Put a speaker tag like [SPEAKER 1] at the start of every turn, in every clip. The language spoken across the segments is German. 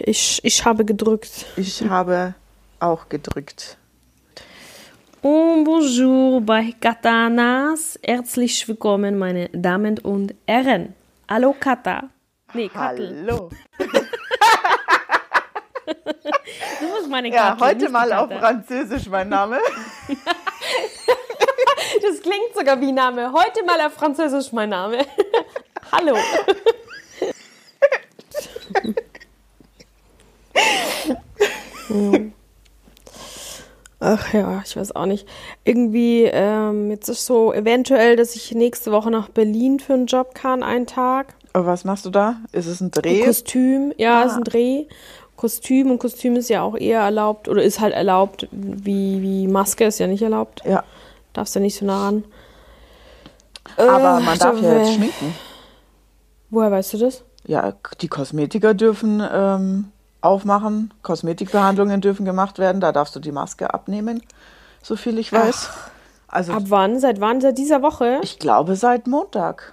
[SPEAKER 1] Ich, ich habe gedrückt.
[SPEAKER 2] Ich habe auch gedrückt.
[SPEAKER 1] Oh, bonjour bei Katanas. Herzlich willkommen, meine Damen und Herren. Hallo, Kata. Nee, Kattel.
[SPEAKER 2] Hallo.
[SPEAKER 1] Du bist meine
[SPEAKER 2] Ja,
[SPEAKER 1] Kattel.
[SPEAKER 2] heute
[SPEAKER 1] nicht
[SPEAKER 2] mal
[SPEAKER 1] die
[SPEAKER 2] auf
[SPEAKER 1] Kata.
[SPEAKER 2] Französisch mein Name.
[SPEAKER 1] Das klingt sogar wie Name. Heute mal auf Französisch mein Name. Hallo. Ach ja, ich weiß auch nicht. Irgendwie, ähm, jetzt ist so eventuell, dass ich nächste Woche nach Berlin für einen Job kann, einen Tag.
[SPEAKER 2] Oh, was machst du da? Ist es ein Dreh?
[SPEAKER 1] Kostüm, ja,
[SPEAKER 2] Ah.
[SPEAKER 1] ist ein Dreh. Kostüm und Kostüm ist ja auch eher erlaubt oder ist halt erlaubt, wie, wie Maske ist ja nicht erlaubt.
[SPEAKER 2] Ja.
[SPEAKER 1] Darfst ja nicht so nah ran.
[SPEAKER 2] Aber
[SPEAKER 1] Äh,
[SPEAKER 2] man darf
[SPEAKER 1] da
[SPEAKER 2] ja jetzt
[SPEAKER 1] wär-
[SPEAKER 2] schminken.
[SPEAKER 1] Woher weißt du das?
[SPEAKER 2] Ja, die Kosmetiker dürfen ähm, aufmachen. Kosmetikbehandlungen dürfen gemacht werden. Da darfst du die Maske abnehmen, so viel ich weiß. Also
[SPEAKER 1] Ab wann? Seit wann? Seit dieser Woche?
[SPEAKER 2] ich glaube seit Montag.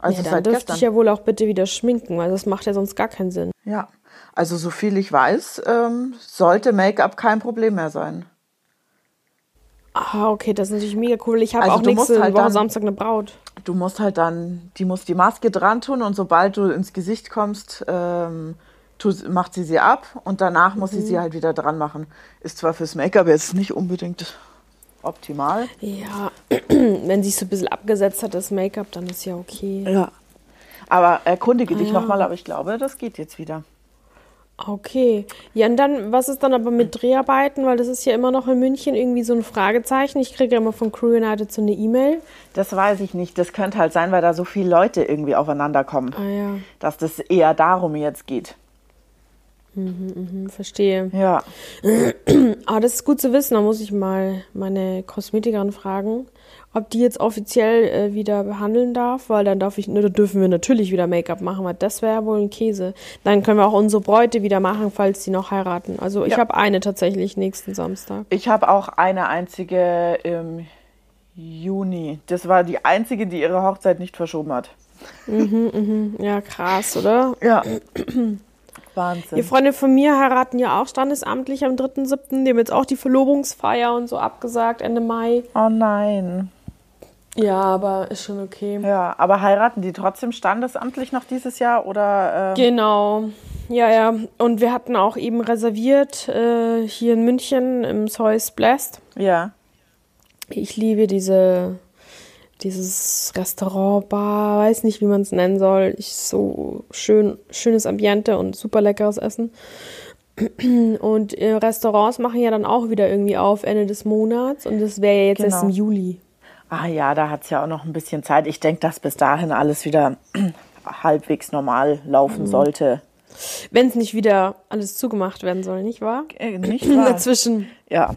[SPEAKER 2] Also
[SPEAKER 1] ja, dann
[SPEAKER 2] seit
[SPEAKER 1] dürfte
[SPEAKER 2] gestern.
[SPEAKER 1] ich ja wohl auch bitte wieder schminken, weil das macht ja sonst gar keinen Sinn.
[SPEAKER 2] Ja, also so viel ich weiß, ähm, sollte Make-up kein Problem mehr sein.
[SPEAKER 1] Ah, okay, das ist natürlich mega cool. Ich habe
[SPEAKER 2] Also
[SPEAKER 1] auch
[SPEAKER 2] du
[SPEAKER 1] nächste
[SPEAKER 2] musst halt
[SPEAKER 1] Woche
[SPEAKER 2] dann-
[SPEAKER 1] Samstag eine Braut.
[SPEAKER 2] Du musst halt dann, die muss die Maske dran tun und sobald du ins Gesicht kommst, ähm, tu, macht sie sie ab und danach muss sie sie halt wieder dran machen. Ist zwar fürs Make-up jetzt nicht unbedingt optimal.
[SPEAKER 1] Ja, wenn sich so ein bisschen abgesetzt hat, das Make-up, dann ist ja okay.
[SPEAKER 2] Ja. Aber erkundige dich
[SPEAKER 1] ja.
[SPEAKER 2] nochmal, aber ich glaube, das geht jetzt wieder.
[SPEAKER 1] Okay. Ja, und dann, was ist dann aber mit Dreharbeiten? Weil das ist ja immer noch in München irgendwie so ein Fragezeichen. Ich kriege ja immer von Crew United so eine E-Mail.
[SPEAKER 2] Das weiß ich nicht. Das könnte halt sein, weil da so viele Leute irgendwie aufeinander kommen,
[SPEAKER 1] Ah ja,
[SPEAKER 2] dass das eher darum jetzt geht.
[SPEAKER 1] hm, verstehe.
[SPEAKER 2] Ja.
[SPEAKER 1] Aber das ist gut zu wissen. Da muss ich mal meine Kosmetikerin fragen, ob die jetzt offiziell äh, wieder behandeln darf, weil dann darf ich, ne, da dürfen wir natürlich wieder Make-up machen, weil das wäre ja wohl ein Käse. Dann können wir auch unsere Bräute wieder machen, falls die noch heiraten. Also ich
[SPEAKER 2] Ja.
[SPEAKER 1] habe eine tatsächlich nächsten Samstag.
[SPEAKER 2] Ich habe auch eine einzige im Juni. Das war die einzige, die ihre Hochzeit nicht verschoben hat.
[SPEAKER 1] Ja, krass, oder?
[SPEAKER 2] Ja.
[SPEAKER 1] Die
[SPEAKER 2] Äh, Wahnsinn.
[SPEAKER 1] Freunde von mir heiraten ja auch standesamtlich am 3.7. Die haben jetzt auch die Verlobungsfeier und so abgesagt Ende Mai.
[SPEAKER 2] Oh nein.
[SPEAKER 1] Ja, aber ist schon okay.
[SPEAKER 2] Ja, aber heiraten die trotzdem standesamtlich noch dieses Jahr oder? Äh,
[SPEAKER 1] Genau. Ja, ja. Und wir hatten auch eben reserviert äh, hier in München im Zeus Blast.
[SPEAKER 2] ja.
[SPEAKER 1] Ich liebe diese, dieses Restaurant, Bar, weiß nicht, wie man es nennen soll. Ich so schön, schönes Ambiente und super leckeres Essen. Und äh, Restaurants machen ja dann auch wieder irgendwie auf Ende des Monats und das wäre ja jetzt erst
[SPEAKER 2] Genau.
[SPEAKER 1] im Juli.
[SPEAKER 2] Ah ja, da hat es ja auch noch ein bisschen Zeit. Ich denke, dass bis dahin alles wieder halbwegs normal laufen sollte.
[SPEAKER 1] Wenn es nicht wieder alles zugemacht werden soll, nicht wahr?
[SPEAKER 2] Äh, nicht wahr?
[SPEAKER 1] Dazwischen.
[SPEAKER 2] Ja,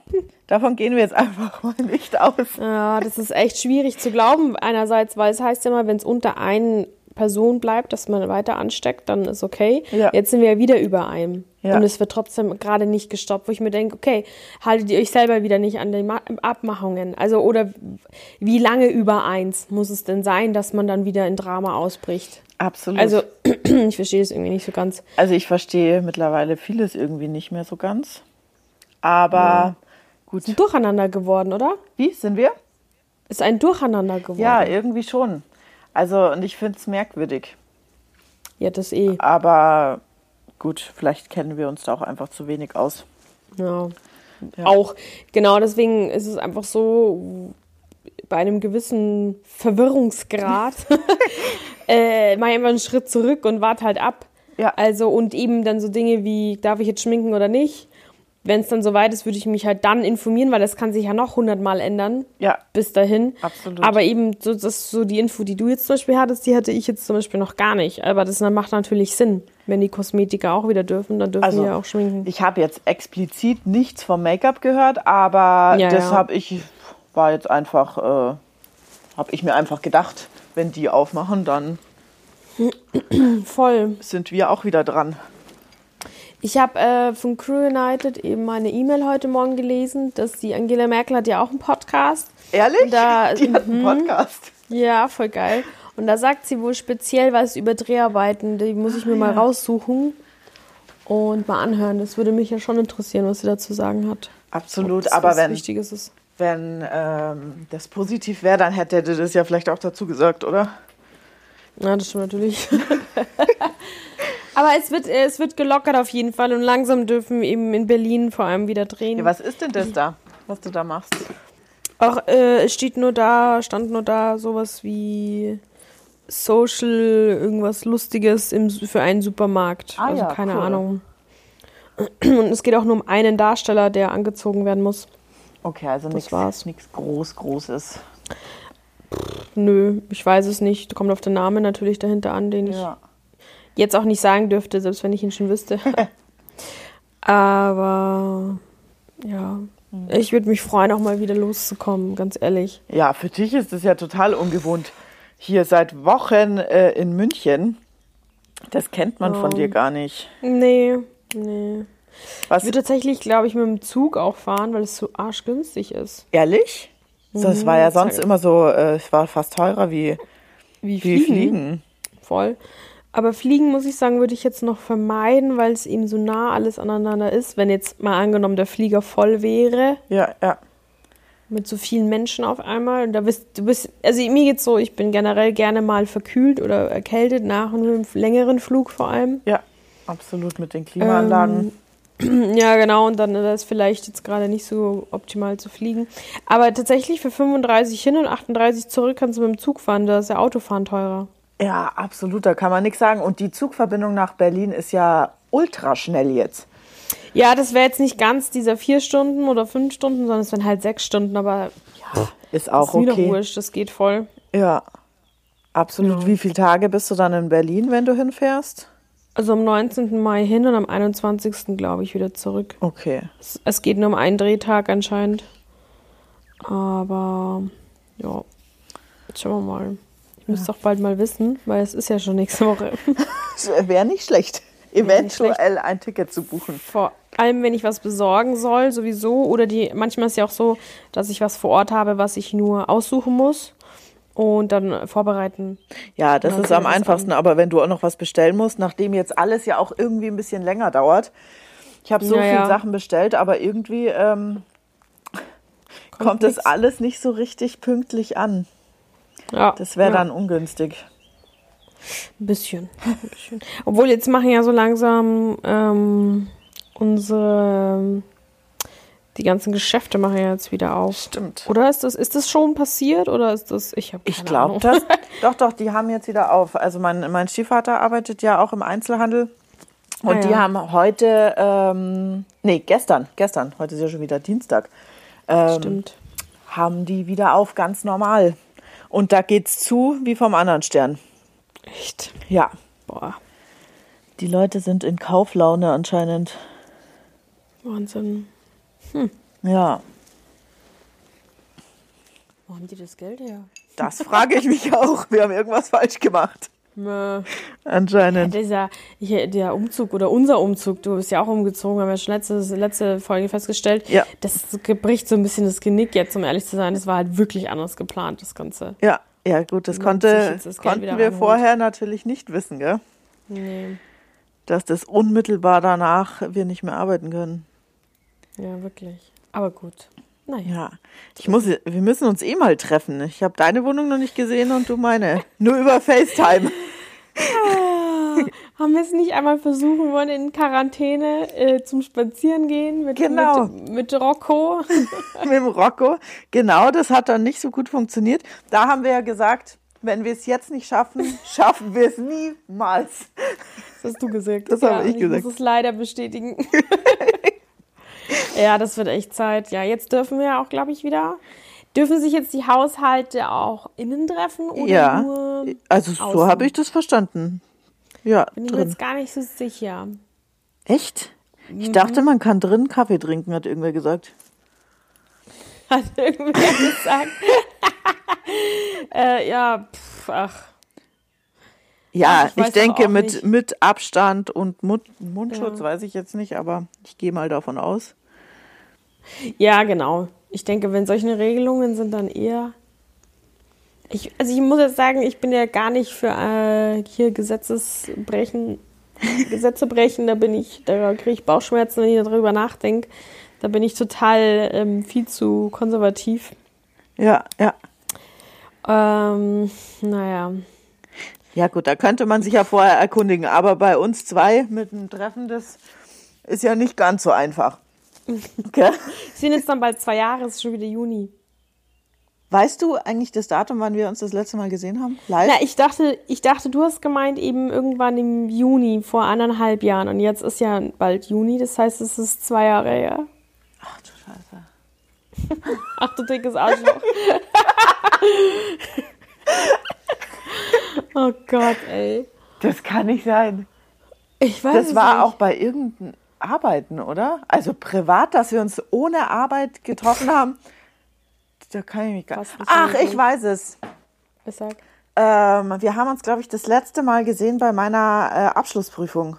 [SPEAKER 2] davon gehen wir jetzt einfach mal nicht aus.
[SPEAKER 1] Ja, das ist echt schwierig zu glauben einerseits, weil es heißt ja immer, wenn es unter einen Person bleibt, dass man weiter ansteckt, dann ist okay.
[SPEAKER 2] Ja.
[SPEAKER 1] Jetzt sind wir ja wieder über einem.
[SPEAKER 2] Ja.
[SPEAKER 1] Und es wird trotzdem gerade nicht gestoppt, wo ich mir denke, okay, haltet ihr euch selber wieder nicht an den Ma Abmachungen. Also, oder wie lange über eins muss es denn sein, dass man dann wieder in Drama ausbricht?
[SPEAKER 2] Absolut.
[SPEAKER 1] Also, ich verstehe es irgendwie nicht so ganz.
[SPEAKER 2] Also ich verstehe mittlerweile vieles irgendwie nicht mehr so ganz. Aber gut.
[SPEAKER 1] Durcheinander geworden, oder?
[SPEAKER 2] Wie sind wir?
[SPEAKER 1] Ist ein Durcheinander geworden.
[SPEAKER 2] Ja, irgendwie schon. Also und ich finde es merkwürdig.
[SPEAKER 1] Ja, das eh.
[SPEAKER 2] Aber gut, vielleicht kennen wir uns da auch einfach zu wenig aus.
[SPEAKER 1] Ja. Auch, genau, deswegen ist es einfach so bei einem gewissen Verwirrungsgrad äh, mach ich einfach einen Schritt zurück und wart halt ab.
[SPEAKER 2] Ja.
[SPEAKER 1] Also, und eben dann so Dinge wie, darf ich jetzt schminken oder nicht? Wenn es dann soweit ist, würde ich mich halt dann informieren, weil das kann sich ja noch hundertmal ändern
[SPEAKER 2] Ja,
[SPEAKER 1] bis dahin.
[SPEAKER 2] Absolut.
[SPEAKER 1] Aber eben, so, das, so die Info, die du jetzt zum Beispiel hattest, die hatte ich jetzt zum Beispiel noch gar nicht. Aber das macht natürlich Sinn. Wenn die Kosmetiker auch wieder dürfen, dann dürfen
[SPEAKER 2] also
[SPEAKER 1] die ja auch schminken.
[SPEAKER 2] ich habe jetzt explizit nichts vom Make-up gehört, aber
[SPEAKER 1] Ja,
[SPEAKER 2] das
[SPEAKER 1] ja.
[SPEAKER 2] habe ich war jetzt einfach äh, habe ich mir einfach gedacht, wenn die aufmachen, dann
[SPEAKER 1] Voll.
[SPEAKER 2] sind wir auch wieder dran.
[SPEAKER 1] Ich habe äh, von Crew United eben meine E-Mail heute Morgen gelesen, dass die Angela Merkel hat ja auch einen Podcast.
[SPEAKER 2] Ehrlich?
[SPEAKER 1] Da- mhm.
[SPEAKER 2] die hat einen Podcast.
[SPEAKER 1] Ja, voll geil.
[SPEAKER 2] Ah,
[SPEAKER 1] Und da sagt sie wohl speziell was über Dreharbeiten, die muss ich mir mal raussuchen. und mal anhören. Das würde mich ja schon interessieren, was sie dazu sagen hat.
[SPEAKER 2] Absolut,
[SPEAKER 1] Das
[SPEAKER 2] aber
[SPEAKER 1] was
[SPEAKER 2] wenn,
[SPEAKER 1] Wichtiges ist.
[SPEAKER 2] wenn ähm, das positiv wäre, dann hätte er das ja vielleicht auch dazu gesagt, oder?
[SPEAKER 1] Ja, das stimmt natürlich. Aber es wird, äh, es wird gelockert auf jeden Fall und langsam dürfen wir eben in Berlin vor allem wieder drehen.
[SPEAKER 2] Ja, was ist denn das da, was du da machst?
[SPEAKER 1] Auch äh, es steht nur da, stand nur da sowas wie Social, irgendwas Lustiges im, Su- für einen Supermarkt.
[SPEAKER 2] Ah
[SPEAKER 1] also
[SPEAKER 2] ja,
[SPEAKER 1] keine
[SPEAKER 2] cool.
[SPEAKER 1] Ahnung. Und es geht auch nur um einen Darsteller, der angezogen werden muss.
[SPEAKER 2] Okay, also nichts
[SPEAKER 1] war's.
[SPEAKER 2] nichts groß, großes.
[SPEAKER 1] Nö, ich weiß es nicht. Kommt auf den Namen natürlich dahinter an, den ich
[SPEAKER 2] Ja.
[SPEAKER 1] jetzt auch nicht sagen dürfte, selbst wenn ich ihn schon wüsste. Aber ja,
[SPEAKER 2] Hm.
[SPEAKER 1] ich würde mich freuen, auch mal wieder loszukommen, ganz ehrlich.
[SPEAKER 2] ja, für dich ist es ja total ungewohnt. Hier seit Wochen äh, in München. Das kennt man von
[SPEAKER 1] Ja.
[SPEAKER 2] dir gar nicht.
[SPEAKER 1] Nee, nee. Ich
[SPEAKER 2] Was,
[SPEAKER 1] würde tatsächlich, glaube ich, mit dem Zug auch fahren, weil es so arschgünstig ist.
[SPEAKER 2] ehrlich? Das war ja sonst immer so, äh, es war fast teurer wie,
[SPEAKER 1] Wie
[SPEAKER 2] wie Fliegen.
[SPEAKER 1] Voll. Aber Fliegen, muss ich sagen, würde ich jetzt noch vermeiden, weil es eben so nah alles aneinander ist. Wenn jetzt mal angenommen, der Flieger voll wäre,
[SPEAKER 2] Ja, ja.
[SPEAKER 1] mit so vielen Menschen auf einmal. Und da bist du bist, also mir geht's so, ich bin generell gerne mal verkühlt oder erkältet nach einem längeren Flug vor allem.
[SPEAKER 2] Ja, absolut mit den Klimaanlagen.
[SPEAKER 1] Ja, genau, und dann ist vielleicht jetzt gerade nicht so optimal zu fliegen. Aber tatsächlich für 35 hin und 38 zurück kannst du mit dem Zug fahren, da ist ja Autofahren teurer.
[SPEAKER 2] Ja, absolut, da kann man nichts sagen. Und die Zugverbindung nach Berlin ist ja ultra schnell jetzt.
[SPEAKER 1] Ja, das wäre jetzt nicht ganz dieser vier Stunden oder fünf Stunden, sondern es wären halt sechs Stunden, aber
[SPEAKER 2] Ist
[SPEAKER 1] das
[SPEAKER 2] auch
[SPEAKER 1] ist mir doch
[SPEAKER 2] okay.
[SPEAKER 1] wurscht, das geht voll.
[SPEAKER 2] Ja, absolut. Wie viele Tage bist du dann in Berlin, wenn du hinfährst?
[SPEAKER 1] Also am 19. Mai hin und am 21. glaube ich wieder zurück.
[SPEAKER 2] Okay.
[SPEAKER 1] Es- Es geht nur um einen Drehtag anscheinend. Aber ja, jetzt schauen wir mal. Ich müsste doch bald mal wissen, weil es ist ja schon nächste Woche.
[SPEAKER 2] Wäre äh, nicht
[SPEAKER 1] nicht schlecht.
[SPEAKER 2] schlecht, eventuell ein Ticket zu buchen.
[SPEAKER 1] Vor allem, wenn ich was besorgen soll, sowieso. Oder die, manchmal ist ja auch so, dass ich was vor Ort habe, was ich nur aussuchen muss und dann vorbereiten.
[SPEAKER 2] Ja, das
[SPEAKER 1] Dann
[SPEAKER 2] ist
[SPEAKER 1] können
[SPEAKER 2] am
[SPEAKER 1] wir das
[SPEAKER 2] einfachsten, aber wenn du auch noch was bestellen musst, nachdem jetzt alles ja auch irgendwie ein bisschen länger dauert. Ich habe so
[SPEAKER 1] Ja,
[SPEAKER 2] viele
[SPEAKER 1] ja.
[SPEAKER 2] Sachen bestellt, aber irgendwie ähm, kommt das
[SPEAKER 1] nix.
[SPEAKER 2] alles nicht so richtig pünktlich an.
[SPEAKER 1] Ja,
[SPEAKER 2] Das wäre
[SPEAKER 1] ja,
[SPEAKER 2] dann ungünstig.
[SPEAKER 1] Ein bisschen. Ein bisschen. Obwohl, jetzt machen ja so langsam ähm, unsere. Die ganzen Geschäfte machen ja jetzt wieder auf.
[SPEAKER 2] Stimmt.
[SPEAKER 1] Oder ist das, ist das schon passiert oder ist das, ich habe
[SPEAKER 2] Ich glaube das. Doch, doch, die haben jetzt wieder auf. Also mein, mein Stiefvater arbeitet ja auch im Einzelhandel. Und
[SPEAKER 1] Ah,
[SPEAKER 2] die
[SPEAKER 1] ja.
[SPEAKER 2] haben heute, ähm, nee, gestern, gestern, heute ist ja schon wieder Dienstag, ähm,
[SPEAKER 1] Stimmt.
[SPEAKER 2] haben die wieder auf ganz normal. Und da geht's zu wie vom anderen Stern.
[SPEAKER 1] Echt.
[SPEAKER 2] Ja,
[SPEAKER 1] Boah,
[SPEAKER 2] die Leute sind in Kauflaune anscheinend.
[SPEAKER 1] Wahnsinn.
[SPEAKER 2] Ja,
[SPEAKER 1] Wo haben die das Geld her?
[SPEAKER 2] das frage ich mich auch. Wir haben irgendwas falsch gemacht.
[SPEAKER 1] Mö.
[SPEAKER 2] Anscheinend.
[SPEAKER 1] Dieser, hier, der Umzug oder unser Umzug, du bist ja auch umgezogen, haben wir schon letzte, letzte Folge festgestellt.
[SPEAKER 2] Ja.
[SPEAKER 1] Das bricht so ein bisschen das Genick jetzt, um ehrlich zu sein. Das war halt wirklich anders geplant, das Ganze.
[SPEAKER 2] Ja, ja gut, das
[SPEAKER 1] sich
[SPEAKER 2] konnte,
[SPEAKER 1] jetzt das Geld
[SPEAKER 2] konnten
[SPEAKER 1] wieder
[SPEAKER 2] wir
[SPEAKER 1] reinholt.
[SPEAKER 2] vorher natürlich nicht wissen, gell?
[SPEAKER 1] Nee.
[SPEAKER 2] dass das unmittelbar danach wir nicht mehr arbeiten können.
[SPEAKER 1] Ja, wirklich. Aber gut. Naja.
[SPEAKER 2] Ja, ich muss, wir müssen uns eh mal treffen. Ich habe deine Wohnung noch nicht gesehen und du meine. Nur über FaceTime.
[SPEAKER 1] Haben wir es nicht einmal versuchen wollen, in Quarantäne äh, zum Spazieren gehen mit,
[SPEAKER 2] Genau.
[SPEAKER 1] mit, mit Rocco?
[SPEAKER 2] mit dem Rocco. Genau, das hat dann nicht so gut funktioniert. Da haben wir ja gesagt, wenn wir es jetzt nicht schaffen, schaffen wir es niemals.
[SPEAKER 1] Das hast du gesagt.
[SPEAKER 2] Das habe ich
[SPEAKER 1] und
[SPEAKER 2] gesagt.
[SPEAKER 1] Ich muss es leider bestätigen. ja, das wird echt Zeit. Ja, jetzt dürfen wir auch, glaube ich, wieder. Dürfen sich jetzt die Haushalte auch innen treffen oder
[SPEAKER 2] Ja,
[SPEAKER 1] nur?
[SPEAKER 2] also so
[SPEAKER 1] außen?
[SPEAKER 2] habe ich das verstanden. Ja,
[SPEAKER 1] Bin ich mir
[SPEAKER 2] drin.
[SPEAKER 1] jetzt Mhm. gar nicht so sicher.
[SPEAKER 2] Echt? Ich dachte, man kann drin Kaffee trinken, hat irgendwer gesagt.
[SPEAKER 1] Hat irgendwer gesagt. äh, ja, pff, ach.
[SPEAKER 2] Ja,
[SPEAKER 1] Ach, ich
[SPEAKER 2] ich,
[SPEAKER 1] weiß aber
[SPEAKER 2] denke
[SPEAKER 1] auch
[SPEAKER 2] mit,
[SPEAKER 1] nicht.
[SPEAKER 2] mit Abstand und Mund, Mundschutz weiß ich jetzt nicht, aber ich gehe mal davon aus.
[SPEAKER 1] Ja, genau. Ich denke, wenn solche Regelungen sind, dann eher. Ich, also ich muss jetzt sagen, ich bin ja gar nicht für äh, hier Gesetzesbrechen Gesetze brechen, da bin ich, da kriege ich Bauchschmerzen, wenn ich darüber nachdenke. Da bin ich total ähm, viel zu konservativ.
[SPEAKER 2] Ja, ja.
[SPEAKER 1] Ähm, naja.
[SPEAKER 2] Ja, gut, da könnte man sich ja vorher erkundigen. Aber bei uns zwei mit dem Treffen, das ist ja nicht ganz so einfach. Okay.
[SPEAKER 1] sind jetzt dann bald zwei Jahre, es ist schon wieder Juni.
[SPEAKER 2] Weißt du eigentlich das Datum, wann wir uns das letzte Mal gesehen haben? Live?
[SPEAKER 1] Na, ich dachte, ich dachte, du hast gemeint eben irgendwann im Juni vor anderthalb Jahren und jetzt ist ja bald Juni, das heißt, es ist zwei Jahre her.
[SPEAKER 2] Ach du Scheiße.
[SPEAKER 1] Ach du dickes Arschloch. oh Gott, ey.
[SPEAKER 2] Das kann nicht sein.
[SPEAKER 1] Ich weiß
[SPEAKER 2] Das
[SPEAKER 1] es
[SPEAKER 2] war
[SPEAKER 1] nicht.
[SPEAKER 2] auch bei irgendeinem Arbeiten, oder? Also privat, dass wir uns ohne Arbeit getroffen haben. Da kann ich mich gar
[SPEAKER 1] Fast nicht
[SPEAKER 2] Ach, ich
[SPEAKER 1] erinnern.
[SPEAKER 2] weiß es.
[SPEAKER 1] Ich sag,
[SPEAKER 2] Ähm, wir haben uns, glaube ich, das letzte Mal gesehen bei meiner äh, Abschlussprüfung.